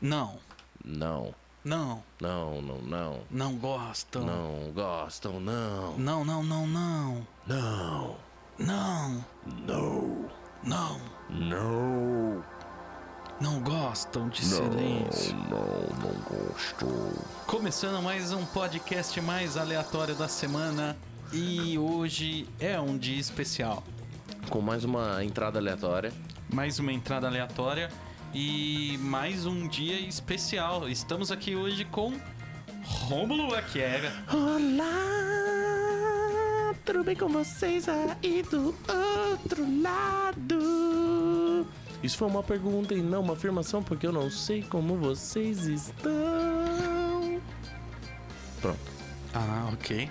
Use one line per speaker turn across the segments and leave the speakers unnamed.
Não,
Não,
não,
não, não, não.
não gostam.
Não gostam, não.
não, não, não, não.
Não,
Não,
não,
não,
não.
não gostam de silêncio.
Não, não gostou.
Começando mais um podcast mais aleatório da semana e hoje é um dia especial.
Com mais uma entrada aleatória.
Mais uma entrada aleatória e mais um dia especial. Estamos aqui hoje com Rômulo Vaquera.
Olá! Tudo bem com vocês aí do outro lado? Isso foi uma pergunta e não uma afirmação, porque eu não sei como vocês estão. Pronto.
Ah, ok.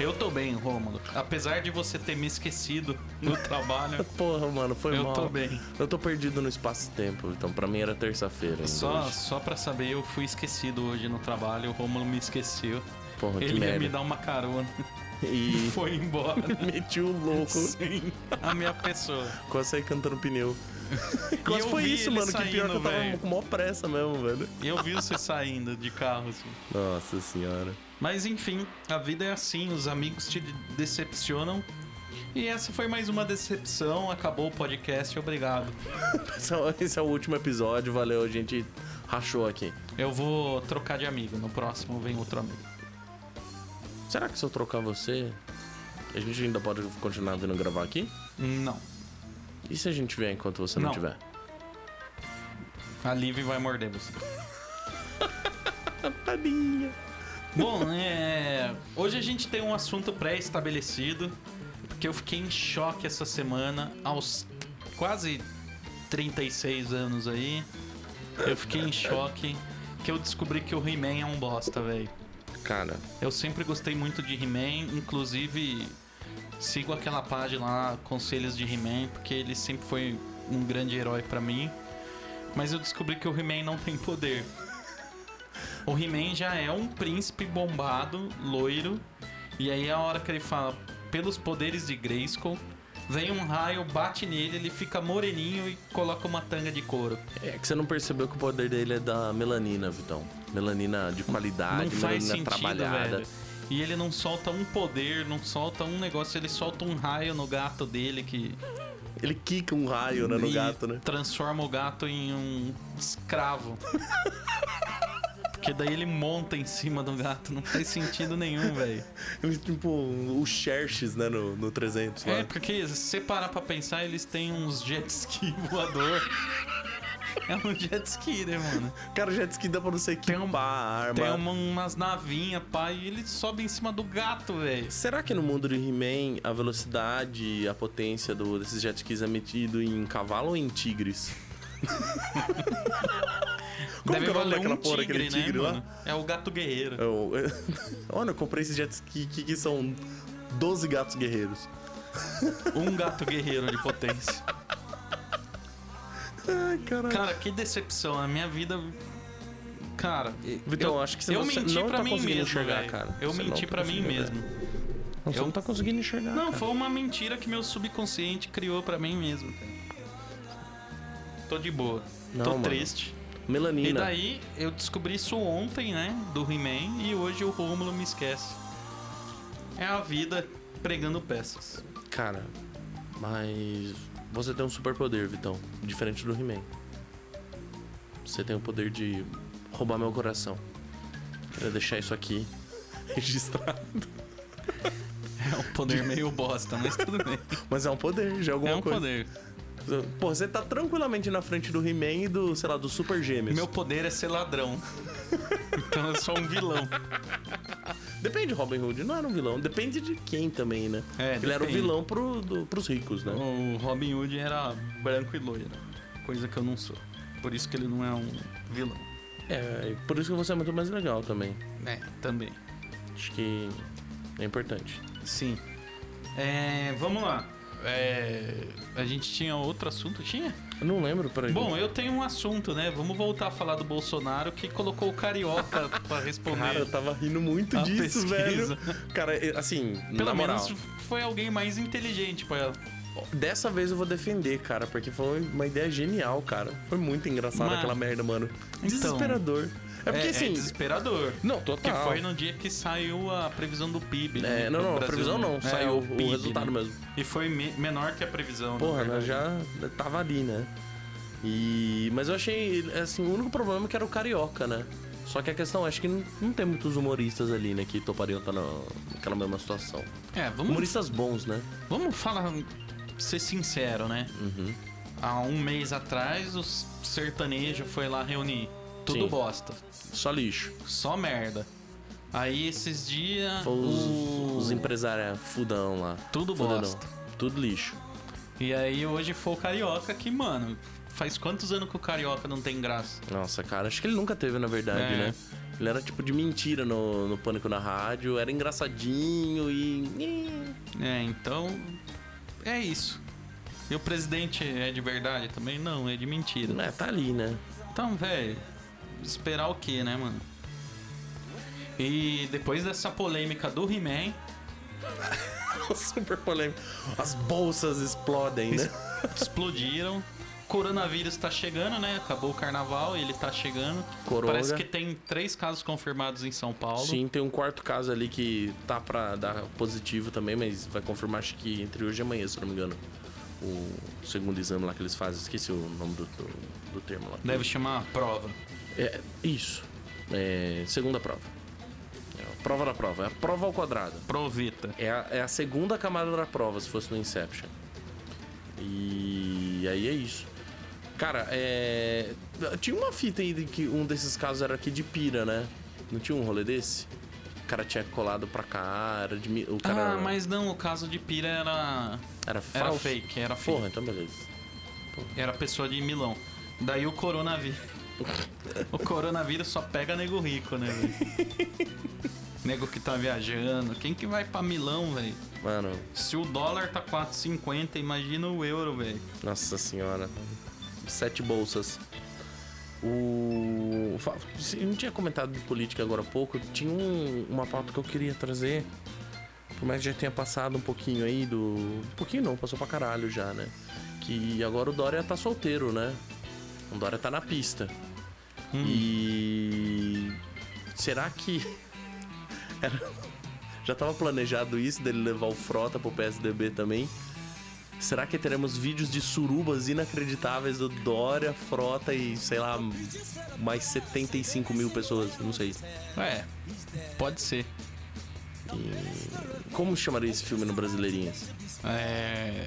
Eu tô bem, Rômulo. Apesar de você ter me esquecido no trabalho,
Porra, mano, foi
eu
mal.
tô bem.
Eu tô perdido no espaço-tempo, então pra mim era terça-feira. ainda
Só,
hoje.
só pra saber, eu fui esquecido hoje no trabalho, o Rômulo me esqueceu.
Porra, que
Ele ia me um
merda.
dar uma carona e
E
foi embora
meti o louco,
sem a minha pessoa.
quase saí cantando pneu.
eu
Quase foi
vi
isso,
ele
mano, que pior que eu
saindo,
tava
velho.
com maior pressa mesmo, velho.
E eu vi você saindo de carro, assim.
Nossa senhora.
Mas enfim, a vida é assim, os amigos te decepcionam. E essa foi mais uma decepção, acabou o podcast, obrigado.
Esse é o- Esse é o último episódio, valeu, a gente rachou aqui.
Eu vou trocar de amigo, no próximo vem outro amigo.
Será que se eu trocar você, a gente ainda pode continuar vindo gravar aqui?
Não,
E se a gente vier enquanto você não,
Não.
tiver?
a Liv vai morder você.
Tadinha.
Bom, é... hoje a gente tem um assunto pré-estabelecido, porque eu fiquei em choque essa semana, aos quase 36 anos aí. Eu fiquei em choque que eu descobri que o He-Man é um bosta, velho.
Cara,
Eu sempre gostei muito de He-Man, inclusive sigo aquela página lá, Conselhos de He-Man, porque ele sempre foi um grande herói pra mim. Mas eu descobri que o He-Man não tem poder. O He-Man já é um príncipe bombado, loiro, e aí a hora que ele fala pelos poderes de Grayskull, vem um raio, bate nele, ele fica moreninho e coloca uma tanga de couro.
é que você não percebeu que o poder dele é da melanina, Vitão. Melanina de qualidade,
não faz
melanina
sentido,
trabalhada.
velho. E ele não solta um poder, não solta um negócio, ele solta um raio no gato dele que
Ele quica um raio né, no
e
gato, né?
transforma o gato em um escravo. Porque daí ele monta em cima do gato, não faz sentido nenhum, velho.
Ele, tipo, o Xerxes, né, no, no 300 lá.
É, porque se você parar pra pensar, eles têm uns jet ski voador. É um jet ski, né, mano?
Cara, o jet ski dá pra você
Tem um-
equipar a arma.
Tem uma- umas navinhas, pai, e ele sobe em cima do gato, velho.
Será que no mundo do He-Man a velocidade, a potência do, desses jet skis é metido em cavalo ou em tigres? Como
Deve
que é o nome
valer
daquela
um
porra,
tigre,
aquele tigre
né,
lá?
mano? É o gato guerreiro.
Eu, olha, eu comprei esses jet ski que, que são 12 gatos guerreiros.
Um gato guerreiro de potência.
Ai, caralho.
Cara, que decepção. A minha vida. Cara,
Vitão,
eu,
acho que você
eu
não- você
menti
não
pra
tá
mim
conseguindo
mesmo,
enxergar,
velho.
cara.
Eu
Você
menti
não tá
pra mim
conseguindo
mesmo.
Não, você
eu-
não tá conseguindo enxergar.
Não,
cara.
foi uma mentira que meu subconsciente criou pra mim mesmo. Tô de boa.
Não,
Tô
mano.
triste.
Melanina.
E daí, eu descobri isso ontem, né? Do He-Man. E hoje o Rômulo me esquece. É a vida pregando peças.
Cara, mas você tem um superpoder, Vitão, diferente do He-Man. Você tem o poder de roubar meu coração. Queria deixar isso aqui registrado.
É um poder meio bosta, mas tudo bem.
Mas é um poder, já é alguma
é um
coisa.
poder.
Pô, você tá tranquilamente na frente do He-Man e do, sei lá, do Super Gêmeos.
Meu poder é ser ladrão. então eu sou um vilão.
Depende, Robin Hood não era um vilão. Depende de quem também, né?
É,
Ele era um
depende.
vilão pro, do- pros ricos, né?
O Robin Hood era branco e loiro. né? Coisa que eu não sou. Por isso que ele não é um vilão.
É, e por isso que você é muito mais legal também.
É, também.
Acho que é importante.
Sim. É, vamos lá. É, a gente tinha outro assunto? Tinha?
Eu não lembro, peraí.
Bom, eu tenho um assunto, né? Vamos voltar a falar do Bolsonaro que colocou o carioca pra responder.
Cara, eu tava rindo muito
A
disso,
pesquisa.
velho. Cara, eu- assim,
Pelo
na moral.
menos foi alguém mais inteligente pra
Dessa vez eu vou defender, cara, porque foi uma ideia genial, cara. Foi muito engraçada
Mano.
aquela merda, mano.
Então.
Desesperador. é porque assim.
desesperador.
Não,
Que
total.
foi no dia que saiu a previsão do PIB. né,
É, não,
pro
não, a
Brasil.
previsão não.
É,
saiu o,
PIB,
resultado
né?
mesmo.
E foi me- menor que a previsão. na
Porra, né? nós
verdade.
já tava ali, né? E. Mas eu achei, assim, o único problema é que era o carioca, né? Só que a questão, acho que não, não tem muitos humoristas ali, né, que topariam estar na- naquela mesma situação.
É, vamos,
Humoristas bons, né?
vamos falar, ser sincero, né?
Uhum.
Há um mês atrás, o sertanejo foi lá reunir. Tudo
Sim.
bosta.
Só lixo.
Só merda. Aí esses dias.
Foi os,
o-
os empresários fudão lá.
Hum. Tudo
Fudão.
bosta.
Tudo lixo.
E aí hoje foi o Carioca que, mano, faz quantos anos que o Carioca não tem graça?
Nossa, cara, acho que ele nunca teve, na verdade,
É.
né? Ele era tipo de mentira no, no Pânico na Rádio, era engraçadinho e.
É, então. É isso. E o presidente é de verdade também? Não, é de mentira.
É, tá ali, né?
Então, velho, esperar o quê, né, mano? E depois dessa polêmica do He-Man,
Super polêmico. As bolsas explodem, né?
explodiram. Coronavírus tá chegando, né? Acabou o carnaval, ele tá chegando.
Coronga.
Parece que tem três casos confirmados em São Paulo.
Sim, tem um quarto caso ali que tá pra dar positivo também, mas vai confirmar acho que entre hoje e amanhã, se eu não me engano. O segundo exame lá que eles fazem, esqueci o nome do, do, do termo lá.
Deve chamar a prova.
É, isso. É, segunda prova. É a prova da prova. É a prova ao quadrado.
Provita.
É a, é a segunda camada da prova, se fosse no Inception. E aí é isso. Cara, é. Tinha uma fita aí de que um desses casos era aqui de pira, né? Não tinha um rolê desse? O cara tinha colado pra cá, era de. mi- O cara
Ah, mas não, o caso de Pira era.
era
Era
falso.
fake, era fake.
Porra, então beleza.
Era pessoa de Milão. Daí o coronavírus. o coronavírus só pega nego rico, né, velho? nego que tá viajando. Quem que vai pra Milão, velho?
Mano,
Se o dólar tá 4,50, imagina o euro, velho.
nossa senhora. Sete bolsas. O. fa- se- Eu não tinha comentado de política agora há pouco. Tinha um- uma pauta que eu queria trazer. Por mais que já tenha passado um pouquinho aí do. Um pouquinho não, passou pra caralho já, né? Que agora o Dória tá solteiro, né? O Dória tá na pista.
Hum.
E. Será que. Era- Já tava planejado isso dele levar o Frota pro PSDB também? Será que teremos vídeos de surubas inacreditáveis do Dória, Frota e, sei lá, mais 75 mil pessoas? Não sei.
É, pode ser.
Como chamaria esse filme no Brasileirinhas?
É.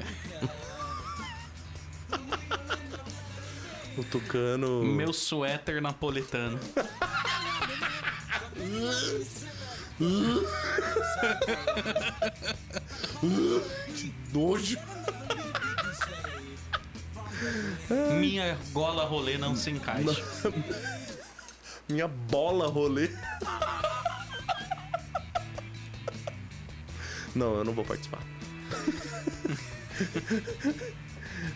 O Tucano.
Meu suéter napolitano.
nojo!
Minha gola rolê não se encaixa.
Minha bola rolê. Não, eu não vou participar.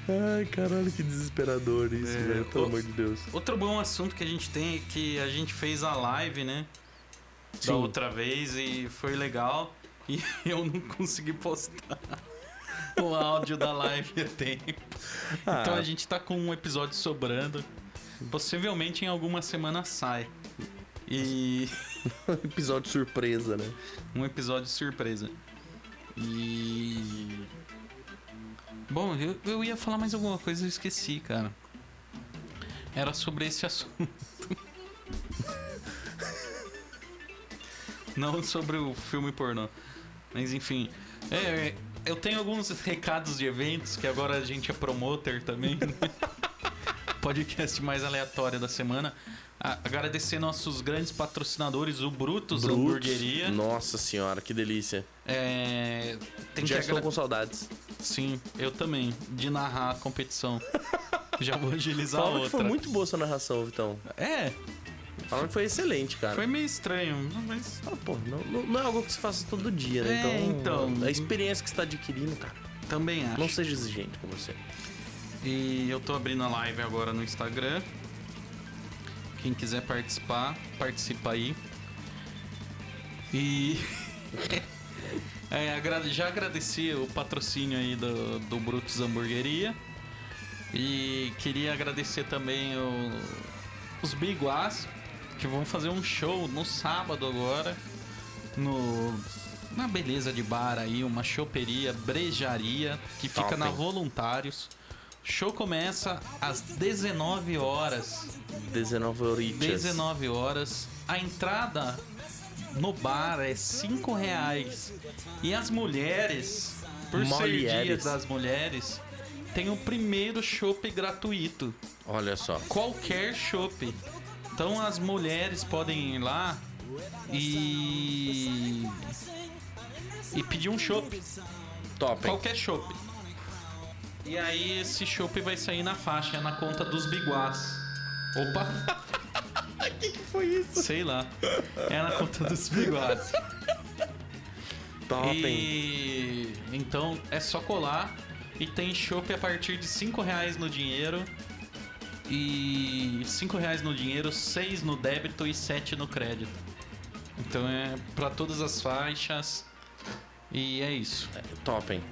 Ai, caralho, que desesperador isso,
É,
velho. Pelo
o-
amor de Deus.
Outro bom assunto que a gente tem é que a gente fez a live, né?
Sim.
Da outra vez e foi legal. E eu não consegui postar o áudio da live a tempo.
Ah,
Então a gente tá com um episódio sobrando. Possivelmente em alguma semana sai. E
episódio surpresa, né?
um episódio surpresa. E. Bom, eu, eu ia falar mais alguma coisa e eu esqueci, cara. Era sobre esse assunto. Não sobre o filme pornô. Mas enfim. É, é, eu tenho alguns recados de eventos que agora a gente é promoter também. né? Podcast mais aleatório da semana. A- agradecer nossos grandes patrocinadores, o Brutus,
Brutos.
Hamburgueria.
Nossa senhora, que delícia.
É. Tem
Já
que
estou
agra...
com saudades.
Sim, eu também. De narrar a competição. Já vou agilizar
Falaram que
outra.
foi muito boa sua narração, Vitão.
É,
Falaram que foi excelente, cara.
foi meio estranho, mas.
Ah, pô, não, não- não é algo que se faça todo dia, né?
É,
então,
então.
A experiência que você tá adquirindo, cara.
Também acho.
Não seja exigente com você.
E eu tô abrindo a live agora no Instagram. Quem quiser participar, participa aí. E. É, agra- já agradeci o patrocínio aí do, do Brutus Hamburgueria. E queria agradecer também o- os Biguás, que vão fazer um show no sábado agora. No, na Beleza de Bar aí, uma choperia, brejaria, que fica
Top,
na
hein?
Voluntários. Show começa às 19 horas.
19 horitas.
19 horas. A entrada no bar é 5 reais. E as mulheres, por ser dia
Mulheres.
das mulheres, tem o primeiro chopp gratuito.
Olha só.
Qualquer chopp. Então as mulheres podem ir lá e. E pedir um chopp.
Top, hein?
Qualquer chopp. E aí esse chopp vai sair na faixa, na conta dos biguás. Opa!
foi isso?
Sei lá. É na conta dos bigodes.
Top, hein?
E então é só colar. E tem chopp a partir de 5 reais no dinheiro. E 5 reais no dinheiro, 6 no débito e 7 no crédito. Então é pra todas as faixas. E é isso.
Top, hein?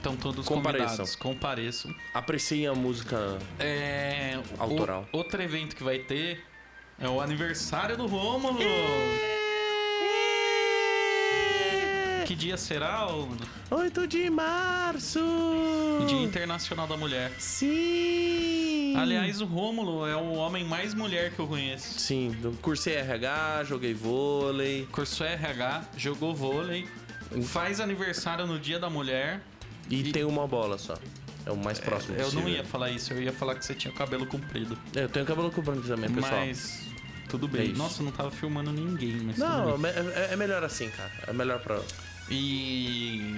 Então todos
Compareçam.
convidados, compareçam.
Apreciem a música.
É, o-
Autoral.
outro evento que vai ter é o aniversário do Rômulo. Que dia será? O
8 de março!
Dia Internacional da Mulher.
Sim!
Aliás, o Rômulo é o homem mais mulher que eu conheço.
Sim, eu cursei RH, joguei vôlei.
Cursou RH, jogou vôlei,
Uhum.
faz aniversário no Dia da Mulher.
E,
E-
tem uma bola só. É o mais próximo
Eu não
possível.
ia falar isso, eu ia falar que você tinha o cabelo comprido.
Eu tenho cabelo cobrando também, É, pessoal.
Mas tudo
É
bem.
isso.
Nossa, eu não tava filmando ninguém, mas tudo
Não,
bem.
me- é, é melhor assim, cara. É melhor pra.
E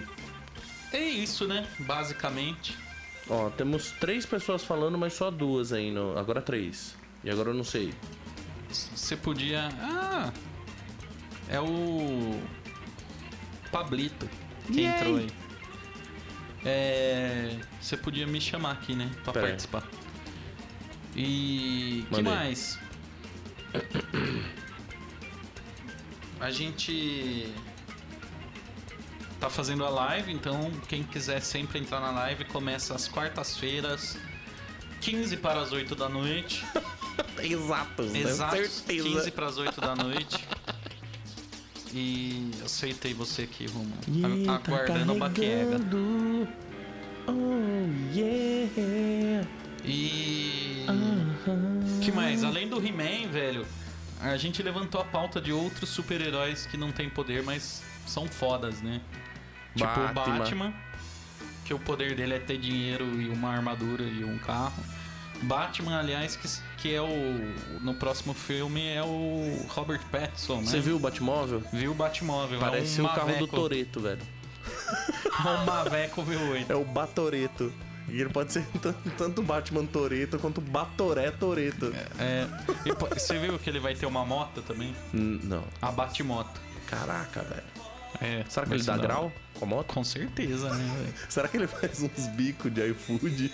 é isso, né? Basicamente.
Ó, temos três pessoas falando, mas só duas ainda. Agora três. E agora eu não sei.
S- Você podia. Ah! É o. Pablito que
Yay!
entrou aí. É. Você podia me chamar aqui, né? Pra
Pera aí.
participar. E. que
Mandei.
mais? A gente. Tá fazendo a live, então quem quiser sempre entrar na live começa às quartas-feiras, 15 para as 8 da noite.
Exatos, né?
Exatos
Certeza.
15 para as 8 da noite. E aceitei você aqui, Romulo.
E
A-
tá
Aguardando a baquega.
carregando. Oh, yeah.
E.
Ah. Aham.
que mais? Além do He-Man, velho, a gente levantou a pauta de outros super-heróis que não tem poder, mas são fodas, né? Tipo o
Batman.
Batman, que o poder dele é ter dinheiro e uma armadura e um carro. Batman, aliás, que, que é o. No próximo filme é o Robert Pattinson, né?
Você viu o Batmóvel?
Viu o Batmóvel?
Parece
é um
o carro do
Maveco.
Toreto, velho.
É um Maveco V8.
É o Batoreto. E ele pode ser tanto, tanto Batman Toreto quanto Batoré Toreto.
É, e po- você viu que ele vai ter uma moto também?
Não.
A Batmoto.
Caraca, velho.
É,
Será que
vai
ele
ser
dá
da hora.
grau com a moto?
Com certeza, né, velho?
Será que ele faz uns bicos de iFood?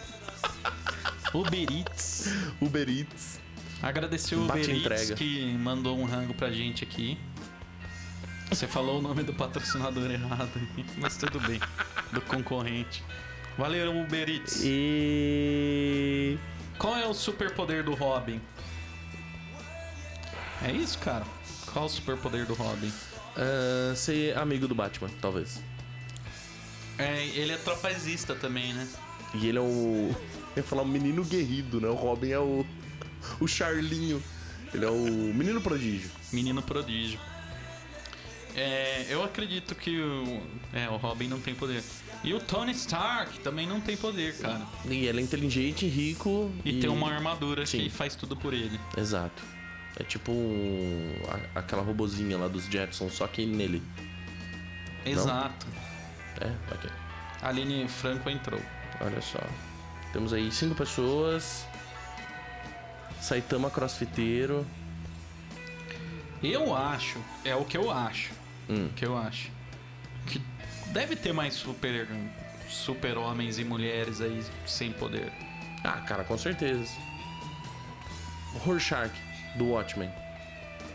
Uber Eats.
Uber Eats?
Agradecer o
Bate
Uber Eats
entrega.
que mandou um rango pra gente aqui. Você falou o nome do patrocinador errado, aí, mas tudo bem. Do concorrente. Valeu, Uber Eats.
E...
Qual é o superpoder do Robin? É isso, cara. Qual é o superpoder do Robin?
ah, ser amigo do Batman, talvez.
É, ele é trapezista também, né?
E ele é o... Eu ia falar o menino guerrido, né? O Robin é o... O Charlinho. Ele é o menino prodígio.
Menino prodígio. É, eu acredito que o. É, o Robin não tem poder. E o Tony Stark também não tem poder, cara.
E ele é inteligente, rico...
E, tem uma armadura
Sim.
que faz tudo por ele.
Exato. É tipo um... a- aquela robozinha lá dos Jetsons, só que nele.
Exato.
É, ok.
Aline Franco entrou.
Olha só. Temos aí cinco pessoas. Saitama crossfiteiro.
Eu acho, é o que eu acho.
Hum.
O que eu acho. Que deve ter mais super. Super homens e mulheres aí sem poder.
Ah, cara, com certeza. Rorschach, do Watchmen.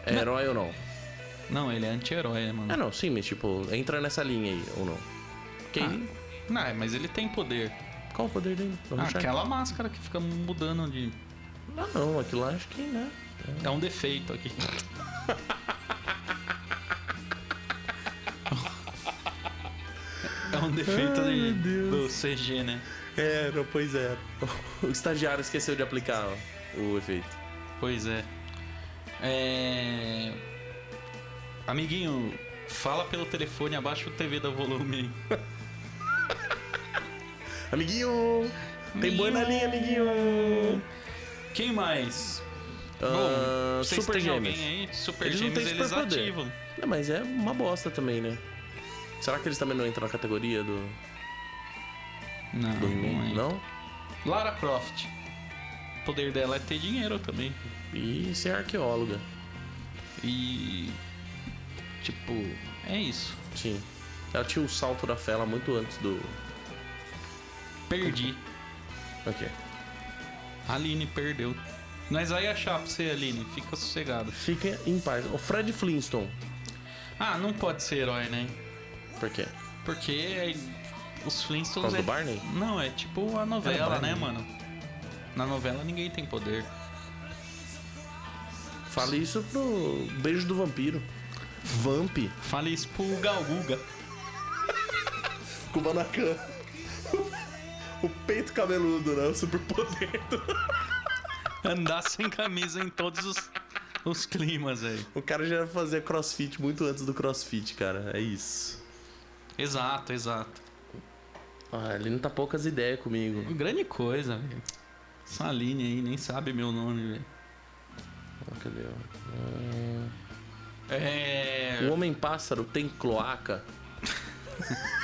É herói ou não?
Não, ele é anti-herói, mano.
Ah, não, sim, mas tipo, entra nessa linha aí, ou não? Porque aí,
Ah. Não, mas ele tem poder.
qual o poder dele? Do
Ah,
Richard?
aquela máscara que fica mudando de.
Ah, não, aquilo lá acho que, né?
É um defeito aqui. é um defeito
Ai,
de-
meu Deus.
do CG, né?
É, não, pois é. O estagiário esqueceu de aplicar ó, o efeito.
Pois é. É. Amiguinho, fala pelo telefone, abaixa o TV da volume. aí.
Amiguinho! Tem boi na linha, amiguinho!
Quem mais?
Ah,
Bom, vocês
Super
têm
Gêmeos.
alguém aí? Super
Eles não
Gêmeos,
têm
eles
superpoder.
ativam.
Não, mas é uma bosta também, né? Será que eles também não entram na categoria do,
Não,
do
não,
He-Man?
é.
Não?
Lara Croft. O poder dela é ter dinheiro também.
E ser arqueóloga.
E. Tipo, é isso.
Sim. Ela tinha o salto da fé lá muito antes do.
Perdi.
Ok.
Aline perdeu. Nós vai achar pra você, Aline. Fica sossegado.
Fica em paz. O Fred Flintstone.
Ah, não pode ser herói, né?
Por quê?
Porque é- os
Por
Flintstones.
causa
É...
do Barney?
Não, é tipo a novela,
Barney.
né, mano? Na novela ninguém tem poder.
Fale isso pro Beijo do Vampiro. Vamp.
Fale isso pro Galguga.
Kubanacan. O peito cabeludo, né? O superpoder.
Andar sem camisa em todos os, os climas aí.
O cara já fazia crossfit muito antes do crossfit, cara. É isso.
Exato, exato.
Ah, ele não tá poucas ideias comigo.
Grande coisa, velho. Essa Aline aí nem sabe meu nome, velho.
Ah, Cadê? Ah,
É.
O Homem-Pássaro tem cloaca?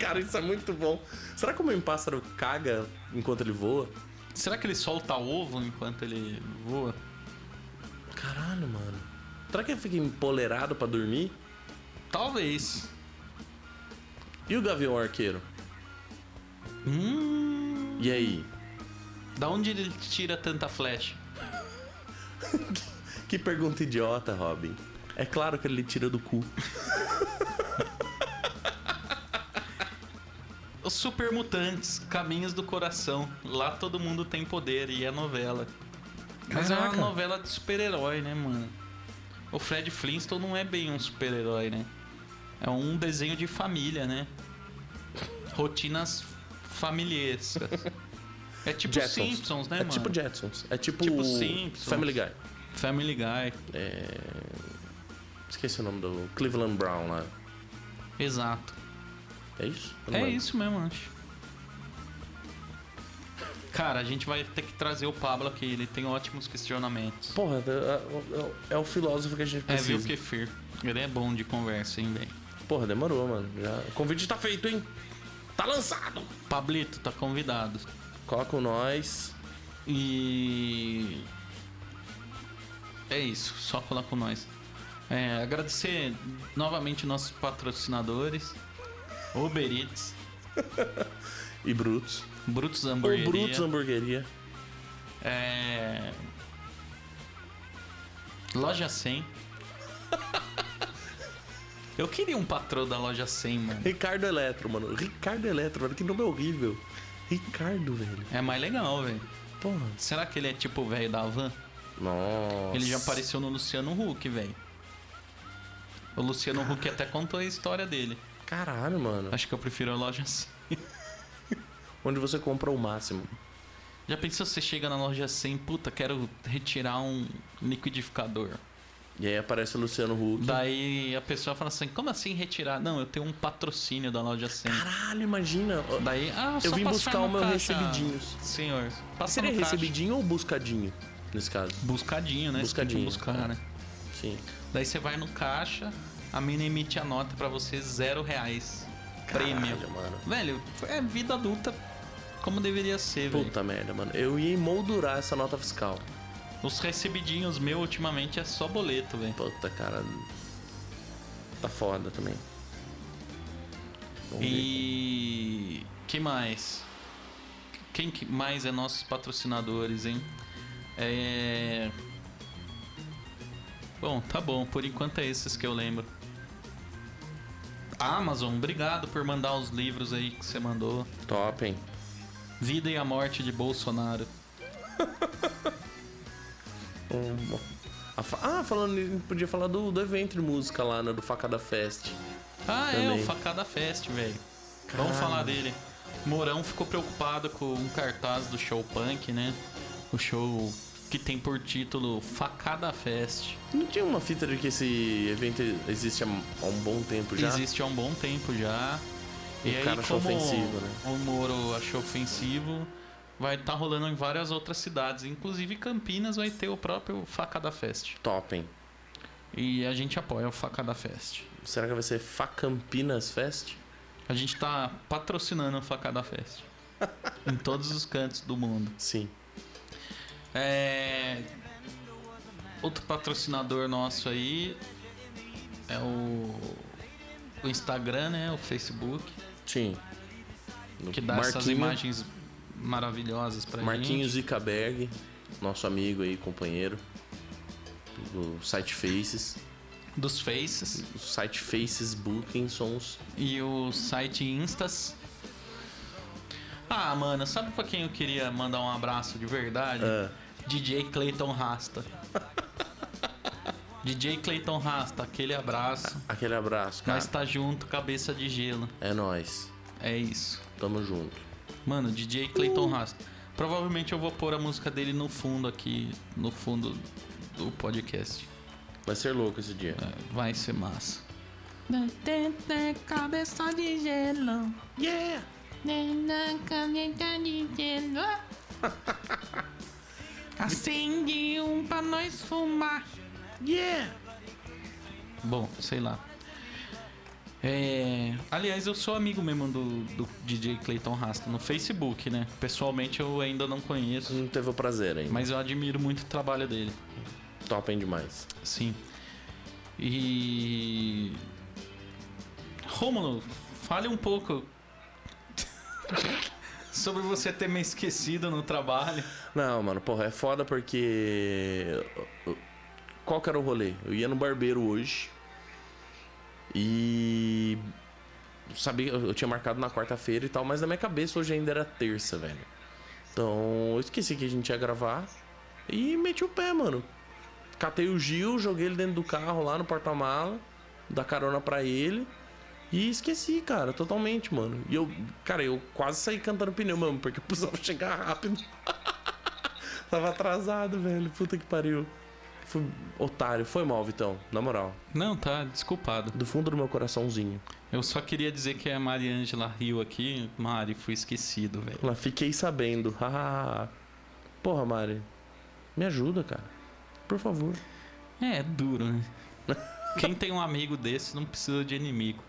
cara, isso é muito bom. Será que o Homem-Pássaro caga enquanto ele voa?
Será que ele solta ovo enquanto ele voa?
Caralho, mano. Será que ele fica empolerado pra dormir?
Talvez.
E o Gavião Arqueiro?
Hum.
E aí?
Da onde ele tira tanta flecha?
Que pergunta idiota, Robin. É claro que ele tira do cu.
Os super mutantes, caminhos do coração. Lá todo mundo tem poder e é novela. Mas é uma
Caraca.
novela de super-herói, né, mano? O Fred Flintstone não é bem um super-herói, né? É um desenho de família, né? Rotinas familiares. É tipo
Jetsons.
Simpsons, né,
é
mano?
tipo Jetsons. É tipo,
Tipo Simpsons.
Family Guy.
Family Guy.
É... Esqueci o nome do Cleveland Brown lá.
Exato.
É isso? Eu não
É
lembro.
isso mesmo, acho. Cara, a gente vai ter que trazer o Pablo aqui, ele tem ótimos questionamentos.
Porra, é- é, é o filósofo que a gente
É, viu o
precisa.
Kefir? Ele é bom de conversa, hein, velho?
Porra, demorou, mano. Já... O convite tá feito, hein? Tá lançado!
Pablito, tá convidado.
Coloca o nós.
E. É isso, só falar com nós. É, agradecer novamente nossos patrocinadores: Uber Eats,
E Brutos.
Brutus
Ou
Hamburgueria.
Brutos Hamburgueria.
É... Loja 100. Eu queria um patrão da loja 100, mano.
Ricardo Eletro, mano. Ricardo Eletro, mano. Que nome horrível. Ricardo, velho.
É mais legal, velho.
Porra.
Será que ele é tipo o velho da Havan?
Nossa.
Ele já apareceu no Luciano Huck, velho. O Luciano Huck até contou a história dele.
Caralho, mano.
Acho que eu prefiro a loja 100.
Onde você compra o máximo.
Já pensou se você chega na loja 100, puta, quero retirar um liquidificador.
E aí aparece o Luciano Huck.
Daí a pessoa fala assim, como assim retirar? Não, eu tenho um patrocínio da loja 100.
Caralho, imagina.
Daí, ah,
Eu
só
vim
passar
buscar
no
o meu
caixa.
recebidinhos.
Senhor, passa
Seria
no caixa.
é recebidinho ou buscadinho, nesse caso?
Buscadinho, né? Você tem que
Buscadinho. é.
buscar, né?
Sim.
Daí você vai no caixa, a mina emite a nota pra você, zero reais.
Caralho,
Prêmio.
mano.
Velho, é vida adulta como deveria ser, velho.
Puta merda, mano. Eu ia emoldurar essa nota fiscal.
Os recebidinhos meu ultimamente é só boleto, velho.
Puta, cara. Tá foda também. Vamos
E que mais? Quem que mais é nossos patrocinadores, hein? É... Bom, tá bom. Por enquanto é esses que eu lembro. Amazon, obrigado por mandar os livros aí que você mandou.
Top, hein?
Vida e a Morte de Bolsonaro.
Hum, a fa- Ah, falando, nisso, podia falar do, do evento de música lá, né? Do Facada Fest.
Ah, é,
Também.
o Facada Fest, velho.
Caramba.
Vamos falar dele. Mourão ficou preocupado com um cartaz do show punk, né? O show que tem por título Facada Fest.
Não tinha uma fita de que esse evento existe há há um bom tempo já?
Existe há um bom tempo já.
E o cara achou
como
ofensivo, né?
O Moro achou ofensivo. Vai estar rolando em várias outras cidades. Inclusive Campinas vai ter o próprio Facada Fest.
Top, hein?
E a gente apoia o Facada Fest.
Será que vai ser Facampinas Fest?
A gente tá patrocinando o Facada Fest. em todos os cantos do mundo.
Sim.
É... Outro patrocinador nosso aí é o... o Instagram, né? O Facebook,
Sim.
que dá essas imagens maravilhosas pra gente.
Marquinhos Icaberg, nosso amigo aí, companheiro. Do site Faces.
Dos Faces
O site Faces Booking Sons.
e o site Instas. Ah, mano, sabe pra quem eu queria mandar um abraço de verdade?
Ah,
DJ Clayton Rasta. DJ Clayton Rasta, aquele abraço.
aquele abraço, cara.
Nós tá junto, cabeça de gelo.
É nóis.
É isso.
Tamo junto.
Mano, DJ Clayton Rasta. Provavelmente eu vou pôr a música dele no fundo aqui, no fundo do podcast.
Vai ser louco esse dia.
É, Vai ser massa.
Cabeça de gelo.
Yeah!
Cabeça tá de gelo. Acende um pra nós fumar.
Yeah!
Bom, sei lá. É... Aliás, eu sou amigo mesmo do, do DJ Clayton Rasta no Facebook, né? Pessoalmente eu ainda não conheço,
Não teve o prazer ainda.
mas eu admiro muito o trabalho dele.
Top, hein, demais.
Sim. E. Rômulo, fale um pouco sobre você ter me esquecido no trabalho.
Não, mano, porra, é foda porque. Qual que era o rolê? Eu ia no barbeiro hoje. E. Sabia, eu tinha marcado na quarta-feira e tal, mas na minha cabeça hoje ainda era terça, velho. Então, eu esqueci que a gente ia gravar. E meti o pé, mano. Catei o Gil, joguei ele dentro do carro lá no porta-mala, da carona pra ele. E esqueci, cara, totalmente, mano. E eu, cara, eu quase saí cantando pneu mesmo, porque eu precisava chegar rápido. Tava atrasado, velho. Puta que pariu. Fui otário. Foi mal, Vitão. Na moral.
Não, tá, desculpado.
Do fundo do meu coraçãozinho.
Eu só queria dizer que a Mariângela riu aqui. Mari, fui esquecido, velho.
Lá fiquei sabendo. Ah, Porra, Mari. Me ajuda, cara. Por favor.
É, é duro, né? Quem tem um amigo desse não precisa de inimigo.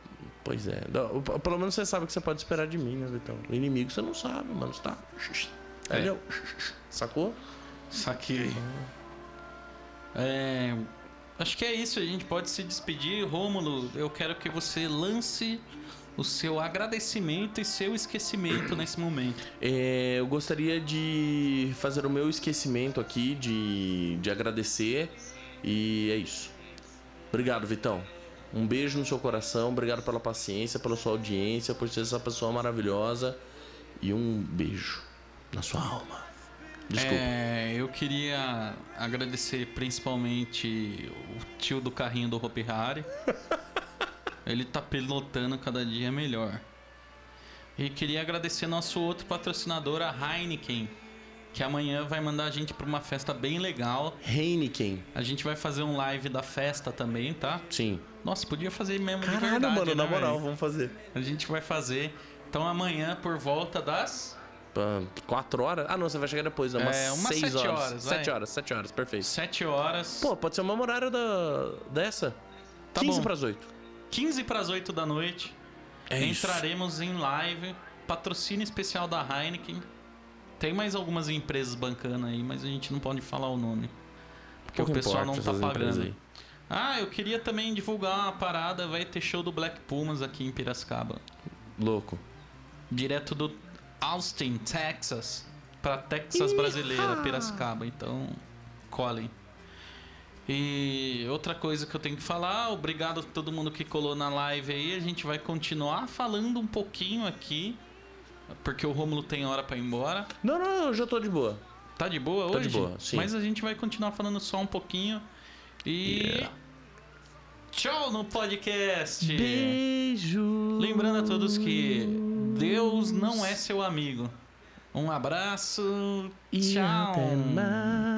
Pois é. Não, p- Pelo menos você sabe o que você pode esperar de mim, né, Vitão? O inimigo você não sabe, mano. Você tá.
É.
Entendeu? Sacou?
Saquei. É, acho que é isso, a gente pode se despedir. Rômulo, eu quero que você lance o seu agradecimento e seu esquecimento nesse momento.
É, eu gostaria de fazer o meu esquecimento aqui, de, de agradecer. E é isso. Obrigado, Vitão. Um beijo no seu coração, obrigado pela paciência, pela sua audiência, por ser essa pessoa maravilhosa. E um beijo na sua alma. Desculpa.
É, eu queria agradecer principalmente o tio do carrinho do Hopi Hari. Ele tá pilotando cada dia melhor. E queria agradecer nosso outro patrocinador, a Heineken, que amanhã vai mandar a gente pra uma festa bem legal.
Heineken.
A gente vai fazer um live da festa também, tá?
Sim.
Nossa, podia fazer mesmo de
Caralho,
verdade,
mano, na
né,
moral,
velho?
vamos fazer.
A gente vai fazer. Então amanhã por volta das
Pá, Quatro horas? Ah, não, você vai chegar depois, não. Umas,
É, umas
seis
sete
horas.
horas, vai.
sete horas, sete horas, perfeito.
7 horas,
Pô, pode ser o mesmo horário da, dessa?
Tá
15
bom.
pras 8.
15 para as 8 da noite,
É isso.
entraremos em live, patrocínio especial da Heineken. Tem mais algumas empresas bancanas aí, mas a gente não pode falar o nome. Porque
Pouco
o pessoal não
importa
tá
essas empresas
pagando.
aí.
Ah, eu queria também divulgar uma parada, vai ter show do Black Pumas aqui em Piracicaba.
Louco.
direto do Austin, Texas, pra Texas brasileira, Piracicaba. Então, colhem. E outra coisa que eu tenho que falar, obrigado a todo mundo que colou na live aí. A gente vai continuar falando um pouquinho aqui, porque o Rômulo tem hora pra ir embora.
Não, não, eu já tô de boa.
Tá de boa
Tô
hoje?
de boa, sim.
Mas a gente vai continuar falando só um pouquinho. E.
Yeah.
Tchau no podcast!
Beijo.
Lembrando a todos que Deus não é seu amigo. Um abraço.
E
tchau.
até mais. Oh,